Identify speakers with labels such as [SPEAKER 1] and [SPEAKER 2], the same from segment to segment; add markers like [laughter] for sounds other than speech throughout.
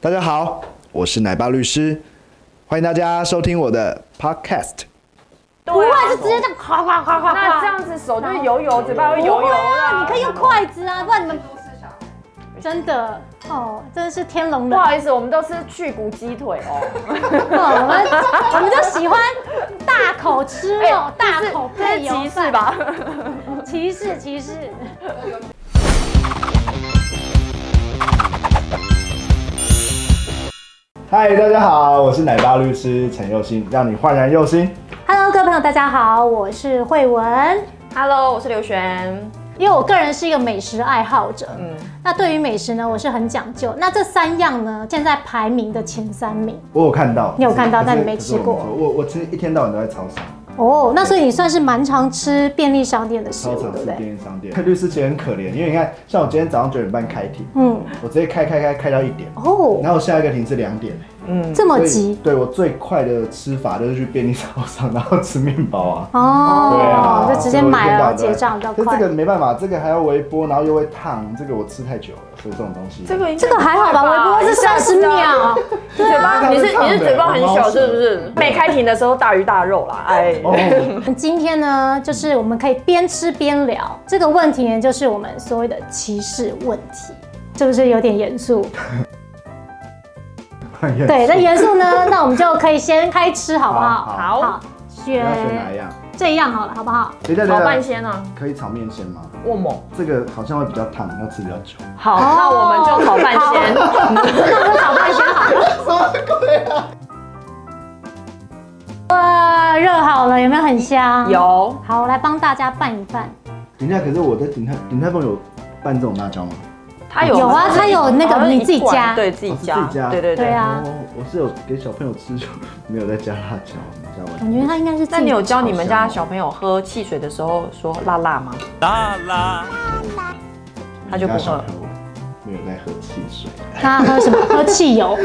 [SPEAKER 1] 大家好，我是奶爸律师，欢迎大家收听我的 Podcast。
[SPEAKER 2] 不
[SPEAKER 3] 对啊
[SPEAKER 2] 会是直接这样夸夸夸夸
[SPEAKER 3] 那这
[SPEAKER 2] 夸。
[SPEAKER 3] 样子手就会油油，嘴巴会油油
[SPEAKER 2] 不会啊，
[SPEAKER 3] 啦。
[SPEAKER 2] 你可以用筷子啊，不然你们真的哦，真的是天龙
[SPEAKER 3] 不
[SPEAKER 2] 人。
[SPEAKER 3] 好意思，我们都是去骨鸡腿 [laughs] 哦。
[SPEAKER 2] 哦我 [laughs] 们我们就喜欢大口吃肉，大口
[SPEAKER 3] 哎这
[SPEAKER 2] 配
[SPEAKER 3] 是
[SPEAKER 2] 油
[SPEAKER 3] 歧
[SPEAKER 2] 饭
[SPEAKER 3] 视？吧？
[SPEAKER 2] 歧 [laughs] 视歧视。
[SPEAKER 1] 嗨，大家好，我是奶爸律师陈佑新，让你焕然又新。
[SPEAKER 2] Hello，各位朋友，大家好，我是慧文。
[SPEAKER 3] Hello，我是刘璇。
[SPEAKER 2] 因为我个人是一个美食爱好者，那对于美食呢，我是很讲究。那这三样呢，现在排名的前三名
[SPEAKER 1] 我有看到，
[SPEAKER 2] 你有看到
[SPEAKER 1] 可是
[SPEAKER 2] 但你没
[SPEAKER 1] 可是我
[SPEAKER 2] 吃过
[SPEAKER 1] 没吃我我其实一天到晚都在超商，
[SPEAKER 2] 哦。那所以你算是蛮常吃便利商店的食
[SPEAKER 1] 超
[SPEAKER 2] 物，
[SPEAKER 1] 商
[SPEAKER 2] 对
[SPEAKER 1] 是
[SPEAKER 2] 不对？
[SPEAKER 1] 便利商店。律师其实很可怜，因为你看，像我今天早上九点半开庭，
[SPEAKER 2] 嗯，
[SPEAKER 1] 我直接开开开开到一点，
[SPEAKER 2] 哦，
[SPEAKER 1] 然后下一个庭是两点。
[SPEAKER 2] 这么
[SPEAKER 1] 所以
[SPEAKER 2] 急
[SPEAKER 1] 对我最快的吃法就是去便利超商，然后吃面包啊。对
[SPEAKER 2] 哦
[SPEAKER 1] 啊，，
[SPEAKER 2] 就直接买了
[SPEAKER 1] 所以我
[SPEAKER 2] 结
[SPEAKER 1] 一天到
[SPEAKER 2] 账
[SPEAKER 1] 晚
[SPEAKER 2] 比
[SPEAKER 1] 都
[SPEAKER 2] 较
[SPEAKER 1] 在可
[SPEAKER 2] 快
[SPEAKER 1] 是这。个没办法，这个还要微波，然后又会烫，这个我吃太久了，所以这种东西。
[SPEAKER 3] 这个应该
[SPEAKER 2] 这个还好吧，微波是三十秒。啊
[SPEAKER 3] 你嘴巴，你是你是嘴巴很小是不是
[SPEAKER 1] 对？
[SPEAKER 3] 没开庭的时候大鱼大肉啦，哎。
[SPEAKER 1] 哦，
[SPEAKER 2] 今天呢，就是我们可以边吃边聊这个问题呢，就是我们所谓的歧视问题，是不是有点严肃？
[SPEAKER 1] 很 [laughs] 严
[SPEAKER 2] 对，
[SPEAKER 1] 肃
[SPEAKER 2] 那严肃呢，那我们就可以先开吃，好不好？
[SPEAKER 1] 好
[SPEAKER 3] 好
[SPEAKER 2] 好，
[SPEAKER 1] 你要选哪一
[SPEAKER 2] 选
[SPEAKER 1] 样？
[SPEAKER 2] 这样好了，好不好？
[SPEAKER 1] 等一下
[SPEAKER 3] 好半
[SPEAKER 1] 等一下，
[SPEAKER 3] 仙啊，
[SPEAKER 1] 可以炒面先吗？
[SPEAKER 3] 握猛。
[SPEAKER 1] 这个好像会比较烫，要吃比较久。
[SPEAKER 2] 哦
[SPEAKER 3] 好，那我们就炒半仙。
[SPEAKER 2] 那我们炒饭先好了。
[SPEAKER 1] 什么鬼啊？
[SPEAKER 2] 哇，热好了，有没有很香？。
[SPEAKER 3] [laughs] 有，
[SPEAKER 2] 好，我来帮大家拌一拌。
[SPEAKER 1] 等一下，可是我的鼎泰鼎泰丰有拌这种辣椒吗？
[SPEAKER 3] 它有
[SPEAKER 2] 有啊它有那个
[SPEAKER 3] 好像是
[SPEAKER 2] 你自己
[SPEAKER 3] 一罐
[SPEAKER 2] 加
[SPEAKER 3] 对，自己
[SPEAKER 1] 哦是
[SPEAKER 3] 加，
[SPEAKER 1] 自己加
[SPEAKER 3] 对对
[SPEAKER 2] 对
[SPEAKER 3] 对。
[SPEAKER 2] 啊，
[SPEAKER 1] 哦，我是有给小朋友吃，就没有再加辣椒，你知道吗？
[SPEAKER 2] 感觉它应该是自己。
[SPEAKER 3] 那你有教你们家小朋友喝汽水的时候说辣辣吗？
[SPEAKER 4] 啦啦。
[SPEAKER 3] 他就不
[SPEAKER 1] 我家
[SPEAKER 3] 喝
[SPEAKER 1] 小。朋友没有在喝汽水。
[SPEAKER 2] 那喝什么？喝汽油。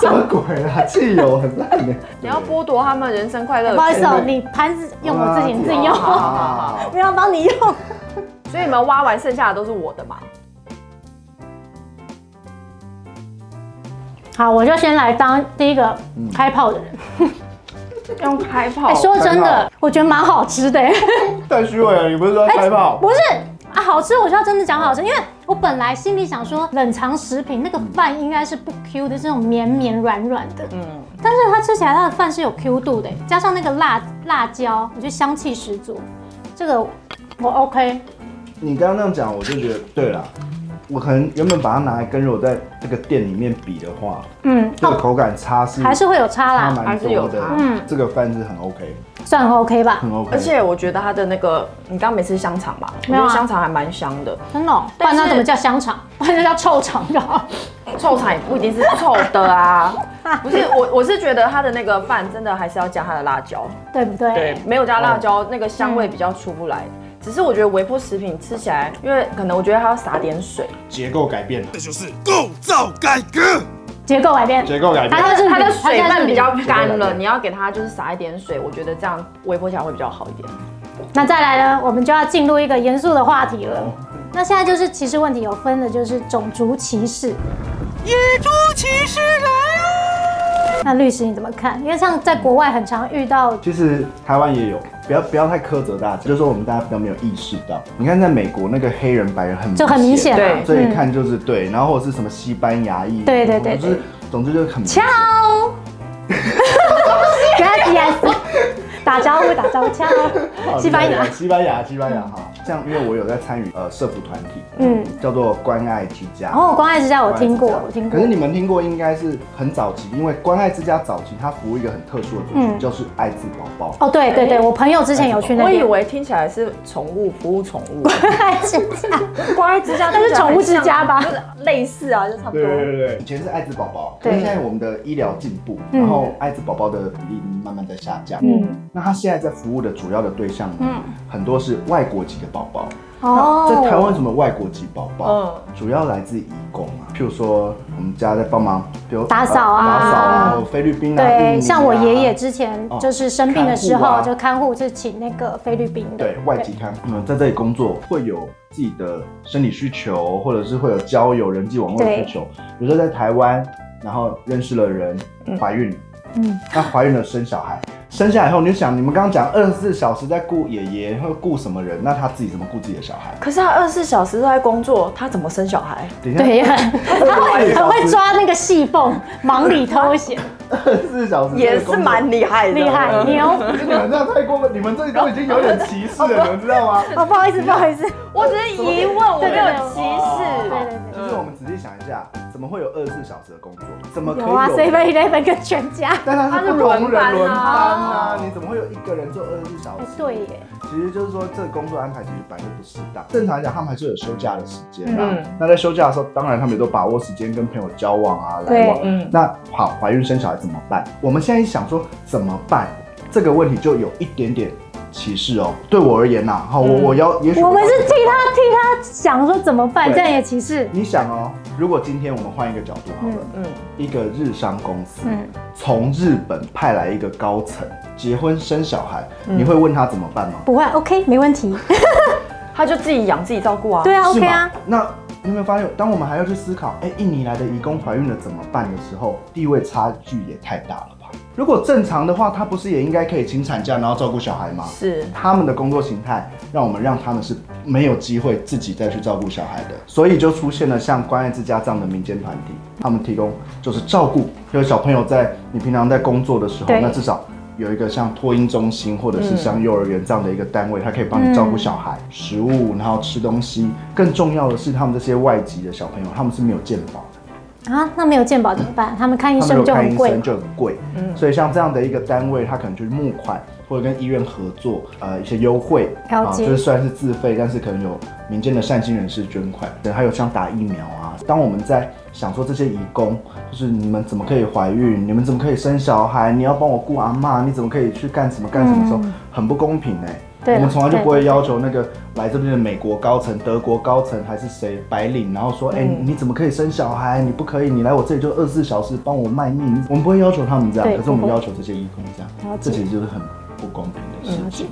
[SPEAKER 1] 什么鬼啦？汽油很烂的。
[SPEAKER 3] 你要剥夺他们人生快乐
[SPEAKER 2] 不好意
[SPEAKER 3] 的
[SPEAKER 2] 思哦，你盘子用我自己，你自己用，
[SPEAKER 3] 好
[SPEAKER 2] [laughs]
[SPEAKER 3] 好好
[SPEAKER 2] 不要帮你用。
[SPEAKER 3] 所以你们挖完剩下的都是我的嘛？
[SPEAKER 2] 好，我就先来当第一个开炮的人。
[SPEAKER 3] 用开炮
[SPEAKER 2] 哎，说真
[SPEAKER 1] 开炮
[SPEAKER 2] 的，我觉得蛮好吃的。
[SPEAKER 1] 太虚伪了，你不是
[SPEAKER 2] 哎
[SPEAKER 1] 说开炮？
[SPEAKER 2] [laughs] 不是啊，好吃我就要真的讲好吃，因为我本来心里想说冷藏食品那个饭应该是不 Q 的，这种绵绵软软的，嗯，但是它吃起来它的饭是有 Q 度的，加上那个辣辣椒，我觉得香气十足，这个我 OK，
[SPEAKER 1] 你刚刚那样讲，我就觉得对啦。我可能原本把它拿来跟如果在这个店里面比的话，
[SPEAKER 2] 嗯，
[SPEAKER 1] 这个口感差是
[SPEAKER 2] 还是会有差
[SPEAKER 1] 差
[SPEAKER 2] 啦，
[SPEAKER 1] 蛮多的。
[SPEAKER 3] 还
[SPEAKER 1] 嗯，这个饭是很 OK，
[SPEAKER 2] 算很 OK 吧，
[SPEAKER 1] 很 OK。
[SPEAKER 3] 而且我觉得它的那个，你刚刚没吃香肠吧？我
[SPEAKER 2] 没有
[SPEAKER 3] 觉
[SPEAKER 2] 啊
[SPEAKER 3] 得香肠还蛮香的，
[SPEAKER 2] 真的哦、不
[SPEAKER 3] 但
[SPEAKER 2] 然
[SPEAKER 3] 是
[SPEAKER 2] 它怎么叫
[SPEAKER 3] [laughs]
[SPEAKER 2] 香肠？不然就叫臭肠就好。
[SPEAKER 3] 臭肠也不一定是臭的
[SPEAKER 2] [laughs]
[SPEAKER 3] 啊。不是我，我是觉得它的那个饭真的还是要加它的辣椒，
[SPEAKER 2] 对不对？
[SPEAKER 3] 对，没有加辣椒
[SPEAKER 2] 哦
[SPEAKER 3] 那个香
[SPEAKER 2] 嗯
[SPEAKER 3] 味比较出不来。只是我觉得微波食品吃起来，因为可能我觉得它要撒点水，
[SPEAKER 1] 结构改变了，
[SPEAKER 4] 这就是构造改革。
[SPEAKER 2] 结构改变，
[SPEAKER 1] 结构改变
[SPEAKER 2] 它。它哎是
[SPEAKER 3] 它的
[SPEAKER 2] 铝
[SPEAKER 3] 水
[SPEAKER 2] 它是
[SPEAKER 3] 分
[SPEAKER 2] 铝
[SPEAKER 3] 比较干
[SPEAKER 1] 对对
[SPEAKER 3] 了，
[SPEAKER 1] 对
[SPEAKER 3] 你要给它就是撒一点水，我觉得这样微波起来会比较好一点。
[SPEAKER 2] 那再来呢，我们就要进入一个严肃的话题了。
[SPEAKER 3] 嗯
[SPEAKER 2] 那现在就是歧视问题有分的，就是种族歧视。
[SPEAKER 4] 野猪骑士来了。
[SPEAKER 3] 哦
[SPEAKER 2] 那律师你怎么看？因为像在国外很常遇到，
[SPEAKER 1] 其实台湾也有，不要不要太苛责大家，就是说我们大家比较没有意识到。你看，在美国那个黑人白人很啊
[SPEAKER 2] 就很明显啊嗯
[SPEAKER 3] 对
[SPEAKER 1] 这一看就是对，然后或者是什么西班牙裔，
[SPEAKER 2] 对对对
[SPEAKER 1] 总之总之就是很明
[SPEAKER 2] 敲
[SPEAKER 1] 显。
[SPEAKER 2] [laughs] ，yes，打招呼打招呼
[SPEAKER 1] [laughs]
[SPEAKER 2] 敲，西班牙，
[SPEAKER 1] 西班牙，西班牙哈。像因为我有在参与呃社服团体，
[SPEAKER 2] 嗯，
[SPEAKER 1] 叫做关爱之家。
[SPEAKER 2] 然后关爱之家我听过，
[SPEAKER 1] 关爱之家
[SPEAKER 2] 我听过
[SPEAKER 1] 可是，你们听过应该是很早期，因为关爱之家早期它服务一个很特殊的族群，
[SPEAKER 2] 嗯
[SPEAKER 1] 就是艾滋宝宝。
[SPEAKER 2] 哦
[SPEAKER 3] 哎
[SPEAKER 2] 对对对，我朋友之前有去那
[SPEAKER 3] 我以
[SPEAKER 2] 边，
[SPEAKER 3] 为听起来是宠物服务宠 [laughs] 物，
[SPEAKER 2] 爱之家，
[SPEAKER 3] 关爱之家，
[SPEAKER 2] 但是宠物之家吧
[SPEAKER 3] 听起来很像 [laughs] 就是类似啊，就差不多。
[SPEAKER 1] 对，以前是艾滋宝宝，
[SPEAKER 2] 对
[SPEAKER 1] 可是现在我们的医疗进步，
[SPEAKER 2] 嗯
[SPEAKER 1] 然后艾滋宝宝的比例慢慢在下降。
[SPEAKER 2] 嗯
[SPEAKER 1] 那他现在在服务的主要的对象呢，
[SPEAKER 2] 嗯
[SPEAKER 1] 很多是外国籍的宝宝，
[SPEAKER 2] 哦 [laughs]
[SPEAKER 1] 那在台湾什么外国籍宝宝，
[SPEAKER 3] 嗯
[SPEAKER 1] 主要来自移工啊，譬如说我们家在帮忙，比如
[SPEAKER 2] 打扫啊
[SPEAKER 1] 打扫啊，有菲律宾啊，印尼
[SPEAKER 2] 对，
[SPEAKER 1] 啊
[SPEAKER 2] 像我爷爷之前
[SPEAKER 1] 哦
[SPEAKER 2] 就是生病的时
[SPEAKER 1] 看护
[SPEAKER 2] 候，
[SPEAKER 1] 啊
[SPEAKER 2] 就看护是请那个菲律宾的，
[SPEAKER 1] 对外籍看，嗯，在这里工作会有自己的生理需求，或者是会有交友、人际网络的需求。比如说在台湾，然后认识了人，怀孕，
[SPEAKER 2] 嗯，
[SPEAKER 1] 那怀孕了生小孩，生下来后你就想，你们刚刚讲二十四小时在顾爷爷，会顾什么人？那他自己怎么顾自己的小孩？
[SPEAKER 3] 可是他二十四小时都在工作，他怎么生小孩？
[SPEAKER 1] 等一下， [laughs]
[SPEAKER 2] 对，他会很会抓那个细缝，忙里偷
[SPEAKER 1] [laughs]
[SPEAKER 2] 闲，
[SPEAKER 1] 二十四小时
[SPEAKER 3] 也是蛮厉害的，
[SPEAKER 2] 厉害
[SPEAKER 3] 嗯
[SPEAKER 2] [laughs] 牛。
[SPEAKER 1] 你们这样太过分，你们这里都已经有点歧视
[SPEAKER 2] [laughs]
[SPEAKER 1] 了，你们知道吗？
[SPEAKER 2] 哦，不好意思，不好意思，
[SPEAKER 3] 我只是疑问，我没有歧
[SPEAKER 2] 对
[SPEAKER 3] 视。
[SPEAKER 2] 对
[SPEAKER 1] 就是我们仔细想一下，怎么会有二十四小时的工作？怎么可
[SPEAKER 2] 对，
[SPEAKER 1] 以
[SPEAKER 2] 有啊
[SPEAKER 1] 有
[SPEAKER 2] ，Seven Eleven 跟全家，
[SPEAKER 1] 但它
[SPEAKER 3] 它
[SPEAKER 1] 是
[SPEAKER 3] 是
[SPEAKER 1] 不容
[SPEAKER 3] 轮
[SPEAKER 1] 忍
[SPEAKER 3] 班啊
[SPEAKER 1] 轮班啊！你怎么会有一个人做二十四小
[SPEAKER 2] 哎
[SPEAKER 1] 时？
[SPEAKER 2] 对，耶，
[SPEAKER 1] 其实就是说这个工作安排其实本来就不适当。正常来讲，他们还是有休假的时间啦。
[SPEAKER 3] 嗯
[SPEAKER 1] 那在休假的时候，当然他们也都把握时间跟朋友交往啊，来
[SPEAKER 2] 对
[SPEAKER 1] 往。
[SPEAKER 3] 嗯，
[SPEAKER 1] 那好，怀孕生小孩怎么办？我们现在想说怎么办这个问题，就有一点点歧视哦。对我而言呐、好，我
[SPEAKER 3] 嗯
[SPEAKER 1] 我要也许
[SPEAKER 2] 我们是替他替他想说怎么办，
[SPEAKER 1] 对
[SPEAKER 2] 这样也歧视，
[SPEAKER 1] 你想哦，如果今天我们换一个角度好了，
[SPEAKER 3] 嗯
[SPEAKER 1] 一个日商公司，
[SPEAKER 2] 嗯
[SPEAKER 1] 从日本派来一个高层结婚生小孩，
[SPEAKER 2] 嗯
[SPEAKER 1] 你会问他怎么办吗？
[SPEAKER 2] 不会，OK，没啊问题，
[SPEAKER 3] 他就自己养自己照顾啊。
[SPEAKER 2] 对啊
[SPEAKER 1] 是
[SPEAKER 2] ，OK
[SPEAKER 1] 吗
[SPEAKER 2] 啊，。
[SPEAKER 1] 那你有没有发现，当我们还要去思考，哎、印尼来的移工怀孕了怎么办的时候，地位差距也太大了吧？如果正常的话，他不是也应该可以请产假，然后照顾小孩吗？
[SPEAKER 3] 是，
[SPEAKER 1] 他们的工作形态，让我们让他们是没有机会自己再去照顾小孩的，所以就出现了像关爱之家这样的民间团体，他们提供就是照顾，就是小朋友在你平常在工作的时候，
[SPEAKER 2] 对
[SPEAKER 1] 那至少有一个像托婴中心或者是像幼儿园这样的一个单位，它可以帮你照顾小孩、食物，然后吃东西。更重要的是，他们这些外籍的小朋友，他们是没有健保的。
[SPEAKER 2] 啊，那没有健保怎么办？他们看医
[SPEAKER 1] 他们
[SPEAKER 2] 生
[SPEAKER 1] 如
[SPEAKER 2] 就
[SPEAKER 1] 果看
[SPEAKER 2] 很
[SPEAKER 1] 医
[SPEAKER 2] 贵嗯
[SPEAKER 1] 生，就很贵，所以像这样的一个单位，他可能就是募款或者跟医院合作，呃，一些优惠
[SPEAKER 2] 了
[SPEAKER 1] 啊，
[SPEAKER 2] 解
[SPEAKER 1] 就是虽然是自费，但是可能有民间的善心人士捐款，对还有像打疫苗啊。当我们在想说这些义工，就是你们怎么可以怀孕，你们怎么可以生小孩，你要帮我顾阿妈，你怎么可以去干什么干什么的时候，很不公平哎、
[SPEAKER 2] 嗯对
[SPEAKER 1] 我们
[SPEAKER 2] 啦
[SPEAKER 1] 从来就
[SPEAKER 2] 对
[SPEAKER 1] 不会要求那个来这边的美国高层、德国高层还是谁白领，然后说，哎、你怎么可以生小孩？你不可以，你来我这里就二十四小时帮我卖命。我们不会要求他们这样，
[SPEAKER 2] 对
[SPEAKER 1] 可是我们
[SPEAKER 2] 不会
[SPEAKER 1] 要求这些义工这样
[SPEAKER 2] 了，
[SPEAKER 1] 这
[SPEAKER 2] 解
[SPEAKER 1] 其实就是很不公平的事情。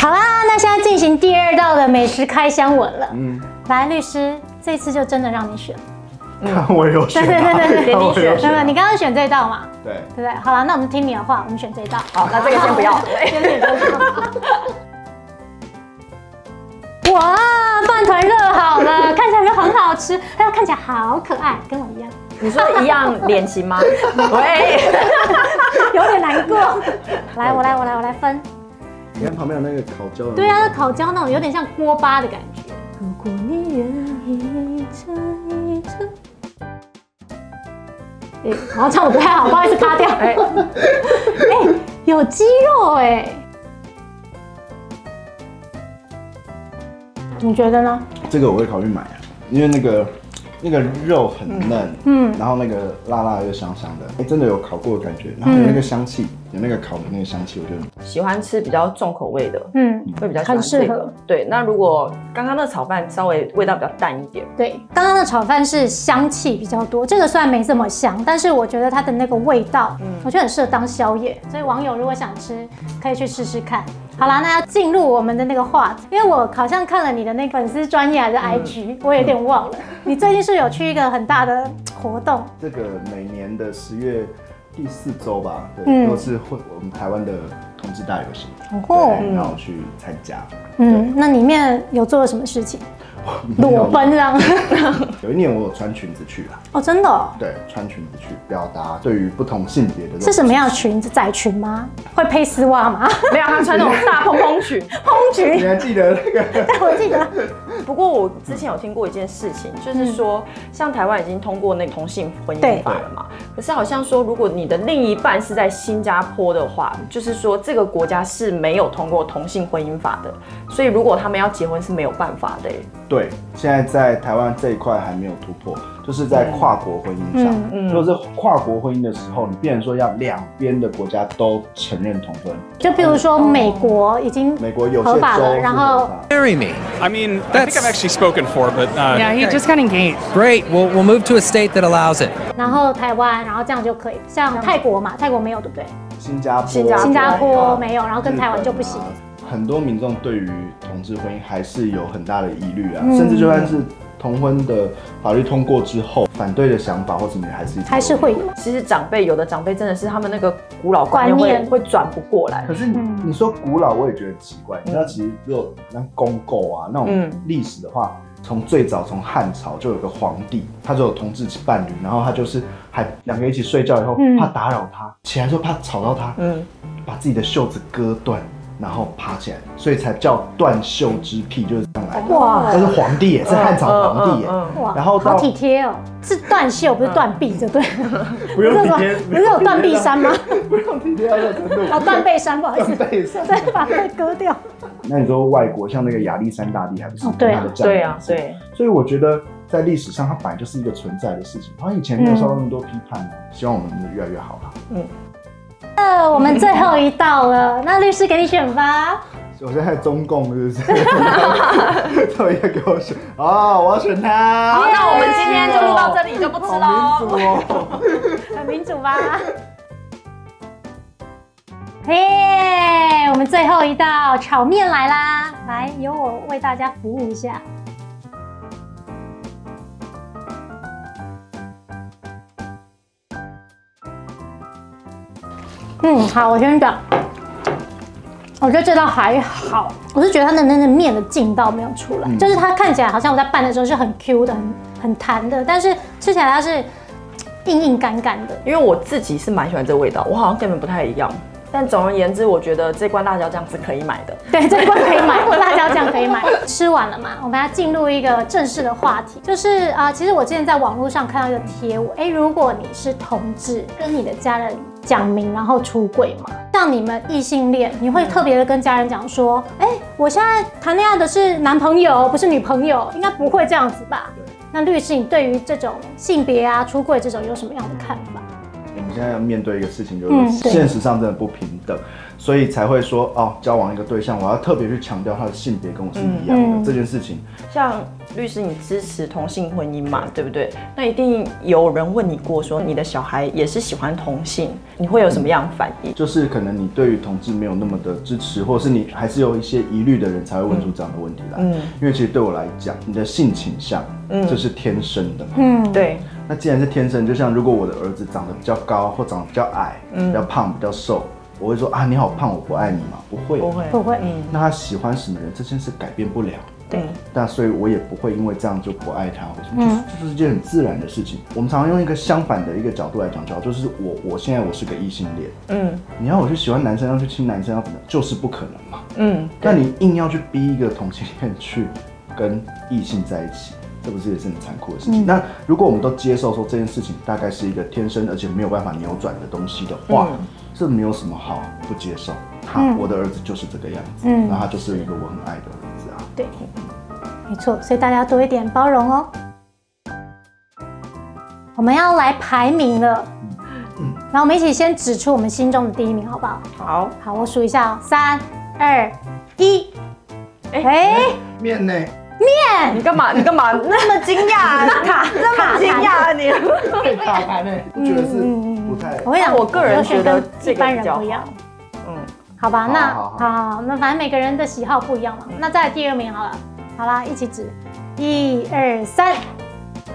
[SPEAKER 2] 好啦，那现在进行第二道的美食开箱文了。
[SPEAKER 1] 嗯，
[SPEAKER 2] 来，律师，这次就真的让你选，
[SPEAKER 1] 看我有选啊，
[SPEAKER 2] 对对对对
[SPEAKER 1] 看我
[SPEAKER 3] 给
[SPEAKER 1] 有
[SPEAKER 3] 你
[SPEAKER 2] 对
[SPEAKER 1] 选
[SPEAKER 2] 不对？
[SPEAKER 1] 啊，
[SPEAKER 2] 你刚刚选这道嘛，
[SPEAKER 1] 对。
[SPEAKER 2] 对不对？好了，那我们听你的话，我们选这道。
[SPEAKER 3] 好，那这个先不 [laughs] 要。对
[SPEAKER 2] 哇，饭团热好了， [laughs] 看起来就很好吃，还有看起来好可爱，跟我一样，
[SPEAKER 3] 你说一样脸型 [laughs] 吗？喂，
[SPEAKER 2] 有点难过。 [laughs] 来，我来，我来，我来分。
[SPEAKER 1] 你看旁边有那个烤焦的，
[SPEAKER 2] 对啊，那烤焦那种有点像锅巴的感觉。如果你愿意这一次。哎、好像唱的不太好，不好意思，卡掉。哎、有鸡肉哎、你觉得呢？
[SPEAKER 1] 这个我会考虑买啊，因为那个那个肉很嫩，嗯，然后那个辣辣又香香的，哎，真的有烤过的感觉，然后有那个香气，有那个烤的那个香气，我觉得很
[SPEAKER 3] 喜欢吃比较重口味的，
[SPEAKER 2] 嗯，
[SPEAKER 3] 会比较喜欢这
[SPEAKER 2] 很适合
[SPEAKER 3] 个。对，那如果刚刚那炒饭稍微味道比较淡一
[SPEAKER 2] [laughs]
[SPEAKER 3] 点，
[SPEAKER 2] 对，刚刚的炒饭是香气比较多，这个虽然没这么香，但是我觉得它的那个味道，我觉得很适合当宵夜。所以网友如果想吃，可以去试试看。好啦，那要进入我们的那个话题，因为我好像看了你的那个粉丝专业还是 IG，、我有点忘了。你最近是有去一个很大的活动，
[SPEAKER 1] 这个每年的十月第四周吧，对，
[SPEAKER 2] 嗯
[SPEAKER 1] 都是会我们台湾的同志大游行，
[SPEAKER 2] 哦
[SPEAKER 1] 对，然后去参加。
[SPEAKER 2] 嗯，那里面有做了什么事情？
[SPEAKER 1] 没有
[SPEAKER 2] 裸奔这样？
[SPEAKER 1] 有一年我有穿裙子去啦，
[SPEAKER 2] 哦，真的哦、
[SPEAKER 1] 对，穿裙子去表达对于不同性别的这种
[SPEAKER 2] 是什么样的裙子？窄裙吗？会配丝袜吗？ [laughs]
[SPEAKER 3] 没有他穿那种大蓬蓬裙。
[SPEAKER 2] 蓬
[SPEAKER 1] 你
[SPEAKER 2] 裙，
[SPEAKER 1] 还记得那个？ [laughs]
[SPEAKER 2] 我记得。
[SPEAKER 3] 不过我之前有听过一件事情，
[SPEAKER 2] 嗯
[SPEAKER 3] 就是说，像台湾已经通过那个同性婚姻法了嘛，可是好像说，如果你的另一半是在新加坡的话，就是说这个国家是没有通过同性婚姻法的，所以如果他们要结婚是没有办法的欸。
[SPEAKER 1] 对，现在在台湾这一块还没有突破，就是在跨国婚姻上。
[SPEAKER 3] 嗯
[SPEAKER 1] 如果是跨国婚姻的时候，你变成说要两边的国家都承认同婚，
[SPEAKER 2] 就比如说美国已经
[SPEAKER 1] 美国有些
[SPEAKER 2] 合
[SPEAKER 1] 州
[SPEAKER 2] 法了，
[SPEAKER 1] 是
[SPEAKER 2] 然
[SPEAKER 1] 合
[SPEAKER 2] 后
[SPEAKER 1] 法
[SPEAKER 5] Marry me.
[SPEAKER 6] I mean, I
[SPEAKER 5] That's-
[SPEAKER 6] think I've actually spoken for, but uh,
[SPEAKER 7] Yeah, he just got engaged.
[SPEAKER 5] Great. We'll, we'll move to a state that allows it.
[SPEAKER 2] 然后台湾，然后这样就可以。像泰国嘛，泰国没有对不对？
[SPEAKER 1] 新加坡、
[SPEAKER 3] 新加坡
[SPEAKER 2] 新加坡
[SPEAKER 1] 啊
[SPEAKER 2] 没有，然后跟台湾就不行
[SPEAKER 1] 日。本啊很多民众对于同志婚姻还是有很大的疑虑啊，
[SPEAKER 2] 嗯
[SPEAKER 1] 甚至就算是同婚的法律通过之后，反对的想法或什么还是一直
[SPEAKER 2] 还是会有。
[SPEAKER 3] 其实长辈有的长辈真的是他们那个古老观念
[SPEAKER 2] 观
[SPEAKER 3] 会
[SPEAKER 2] 念
[SPEAKER 3] 会转不过来
[SPEAKER 1] 可，是你
[SPEAKER 2] 嗯
[SPEAKER 1] 你说古老，我也觉得奇怪。你知道，其实如果那公构啊那种
[SPEAKER 3] 嗯
[SPEAKER 1] 历史的话，从最早从汉朝就有个皇帝，他就有同志伴侣，然后他就是还两个一起睡觉以后，
[SPEAKER 2] 嗯
[SPEAKER 1] 怕打扰他，起来之后怕吵到他，
[SPEAKER 3] 嗯
[SPEAKER 1] 把自己的袖子割断，然后爬起来，所以才叫断袖之癖，就是这样来的。
[SPEAKER 3] 哇
[SPEAKER 1] 他是皇帝耶，是汉朝皇帝耶。
[SPEAKER 3] 嗯嗯嗯
[SPEAKER 2] 哇，
[SPEAKER 1] 然后到
[SPEAKER 2] 好体贴哦，是断袖不是断臂，就对了。
[SPEAKER 1] [laughs] 不
[SPEAKER 2] 不
[SPEAKER 1] 用
[SPEAKER 2] 是
[SPEAKER 1] 体
[SPEAKER 2] 吧
[SPEAKER 1] 贴，
[SPEAKER 2] 不是有断臂山吗？ [laughs]
[SPEAKER 1] 不用体贴到这个程度。
[SPEAKER 2] 哦，断背山，不好意思， [laughs]
[SPEAKER 1] 断背山
[SPEAKER 2] 再把背割掉。
[SPEAKER 1] 那你说外国像那个亚历山大帝，还不是
[SPEAKER 2] 哦对啊
[SPEAKER 1] 他的战
[SPEAKER 3] 对
[SPEAKER 1] 呀
[SPEAKER 3] 啊，对，
[SPEAKER 1] 所以我觉得在历史上，它本来就是一个存在的事情。它以前
[SPEAKER 2] 嗯
[SPEAKER 1] 没有受到那么多批判啊，希望我们越来越好啦。
[SPEAKER 2] 那我们最后一道了，那律师给你选吧。
[SPEAKER 1] 我现在中共是不 [laughs] 是？特别给我选啊！我要选他。
[SPEAKER 3] 好，那我们今天就录到这里，就不吃
[SPEAKER 1] 好
[SPEAKER 3] 喽
[SPEAKER 1] 民。主哦。
[SPEAKER 2] 很啊民主 [laughs] 吧。嘿、我们最后一道炒面来啦！来，由我为大家服务一下。嗯，好，我先讲。我觉得这道还好，我是觉得它的那个面的劲道没有出来，就是它看起来好像我在拌的时候是很 Q 的、很很弹的，但是吃起来它是硬硬干干的。
[SPEAKER 3] 因为我自己是蛮喜欢这个味道，我好像跟你们不太一样。但总而言之，我觉得这罐辣椒酱是可以买的。
[SPEAKER 2] 对，这一罐可以买，辣椒酱可以买。吃完了嘛，我们要进入一个正式的话题，就是啊、呃其实我之前在网络上看到一个贴文，哎，如果你是同志，跟你的家人讲明，然后出柜嘛，像你们异性恋，你会特别的跟家人讲说，哎，我现在谈恋爱的是男朋友，不是女朋友，应该不会这样子吧？那律师，你对于这种性别啊、出柜这种有什么样的看法？
[SPEAKER 1] 我们现在要面对一个事情，就
[SPEAKER 2] 嗯
[SPEAKER 1] 是
[SPEAKER 2] 对
[SPEAKER 1] 现实上真的不平等，所以才会说哦，交往一个对象，我要特别去强调他的性别跟我是一样
[SPEAKER 2] 嗯
[SPEAKER 1] 的这件事情。
[SPEAKER 3] 像律师，你支持同性婚姻嘛？对不对？那一定有人问你过说，你的小孩也是喜欢同性，你会有什么样的反应？
[SPEAKER 1] 就是可能你对于同志没有那么的支持，或者是你还是有一些疑虑的人，才会问出这样的问题来。
[SPEAKER 3] 嗯
[SPEAKER 1] 嗯，因为其实对我来讲，你的性倾向，嗯，这是天生的嘛。
[SPEAKER 2] 嗯，
[SPEAKER 3] 对，
[SPEAKER 1] 那既然是天生，就像如果我的儿子长得比较高，或长得比较矮，
[SPEAKER 3] 嗯
[SPEAKER 1] 比较胖，比较瘦，我会说啊，你好胖，我不爱你吗？不会，
[SPEAKER 3] 不会。
[SPEAKER 2] 不会，
[SPEAKER 1] 那他喜欢什么人，这件事改变不了。
[SPEAKER 3] 对，
[SPEAKER 1] 那所以我也不会因为这样就不爱他，或什
[SPEAKER 3] 嗯
[SPEAKER 1] 么，就是这、就是一件很自然的事情。我们常常用一个相反的一个角度来讲，叫就是我我现在我是个异性恋，
[SPEAKER 3] 嗯
[SPEAKER 1] 你要我去喜欢男生，要去亲男生，要怎么样，就是不可能嘛。
[SPEAKER 3] 嗯，
[SPEAKER 1] 那你硬要去逼一个同性恋去跟异性在一起，这不是也是很残酷的事
[SPEAKER 3] 嗯
[SPEAKER 1] 情？那如果我们都接受说这件事情大概是一个天生而且没有办法扭转的东西的话，
[SPEAKER 3] 嗯
[SPEAKER 1] 这没有什么好不接受。他、我的儿子就是这个样子，
[SPEAKER 2] 嗯
[SPEAKER 1] 然后他就是一个我很爱的儿子啊。
[SPEAKER 2] 对，没错，所以大家多一点包容哦。我们要来排名了，然后我们一起先指出我们心中的第一名，好不好？
[SPEAKER 3] 好，
[SPEAKER 2] 好，我数一下、哦，三、二、一。哎、
[SPEAKER 3] 哎
[SPEAKER 1] 面呢？
[SPEAKER 3] 你干
[SPEAKER 2] [laughs]
[SPEAKER 3] 嘛？你干嘛那么惊讶？ [laughs] 那么惊讶啊
[SPEAKER 2] [laughs]
[SPEAKER 3] 你？
[SPEAKER 1] 被打牌呢？我觉得是不太。
[SPEAKER 2] 我跟你讲，
[SPEAKER 3] 我个人觉得
[SPEAKER 2] 跟
[SPEAKER 3] 这
[SPEAKER 2] 一
[SPEAKER 3] 个
[SPEAKER 2] 般
[SPEAKER 3] 比
[SPEAKER 2] 人
[SPEAKER 3] 较
[SPEAKER 2] 不一样
[SPEAKER 3] 好。。嗯，
[SPEAKER 2] 好吧，
[SPEAKER 1] 好
[SPEAKER 2] 那
[SPEAKER 1] 好好
[SPEAKER 2] 那反正每个人的喜好不一样
[SPEAKER 3] 嗯
[SPEAKER 2] 嘛。那再来第二名好了，好啦，一起指，一二三。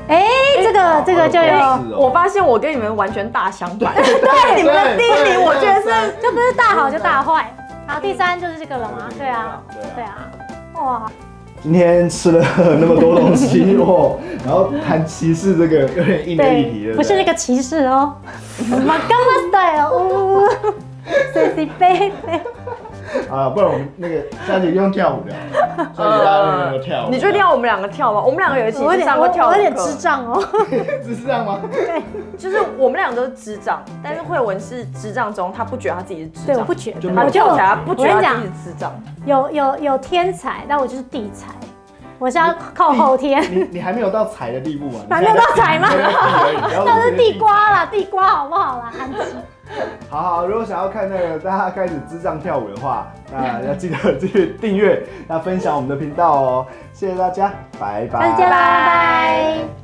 [SPEAKER 2] 哎、这个这个就有。
[SPEAKER 1] 是哦
[SPEAKER 3] [laughs] 我发现我跟你们完全大相反。 [laughs] 对，你们的第一名，我觉得是
[SPEAKER 2] 就不是大好就大坏。好，
[SPEAKER 3] 嗯
[SPEAKER 2] 第三就是这个了嘛，对啊，对
[SPEAKER 1] 对
[SPEAKER 2] 啊，哇，
[SPEAKER 1] 今天吃了那么多东西哦，
[SPEAKER 2] [laughs]
[SPEAKER 1] 然后谈歧视这个有点硬的议题了，
[SPEAKER 2] 不是那个歧视哦，马干嘛 style，呜，随随便
[SPEAKER 3] [laughs]
[SPEAKER 2] 便，
[SPEAKER 1] 啊，不然我们那个下集用跳舞聊，下
[SPEAKER 2] 呃
[SPEAKER 1] 集大家有没有跳舞？
[SPEAKER 3] 你确定要我们两个跳吗？我们两个有一起
[SPEAKER 2] 我有
[SPEAKER 3] 去
[SPEAKER 2] 点
[SPEAKER 3] 上
[SPEAKER 2] 我
[SPEAKER 3] 过跳舞
[SPEAKER 2] 我
[SPEAKER 3] 课，
[SPEAKER 2] 有点智障哦，
[SPEAKER 1] 只 [laughs] 是这样吗？
[SPEAKER 3] 就是我们俩都是智障，但是慧文是智障中，他不觉得他自己是智
[SPEAKER 2] 对，我
[SPEAKER 3] 障
[SPEAKER 2] 不，觉得，
[SPEAKER 1] 就没
[SPEAKER 3] 他
[SPEAKER 1] 有
[SPEAKER 2] 我就
[SPEAKER 3] 跳起来他不
[SPEAKER 2] 我
[SPEAKER 3] 觉
[SPEAKER 2] 跟
[SPEAKER 3] 得
[SPEAKER 2] 你
[SPEAKER 3] 他自
[SPEAKER 2] 讲
[SPEAKER 3] 己，是智障。
[SPEAKER 2] 有有有天才，但我就是地才，我是要靠后天，
[SPEAKER 1] 你你还没有到踩的地步啊？
[SPEAKER 2] 还没有到
[SPEAKER 1] [laughs]
[SPEAKER 2] 踩吗？
[SPEAKER 1] 那
[SPEAKER 2] 那是地。瓜啦，地瓜好不好啦？安吉
[SPEAKER 1] 好好，如果想要看那个大家开始智障跳舞的话，那要记得继续 [laughs] 订阅，那分享我们的频道哦。谢谢大家，拜拜。
[SPEAKER 2] 大家拜拜。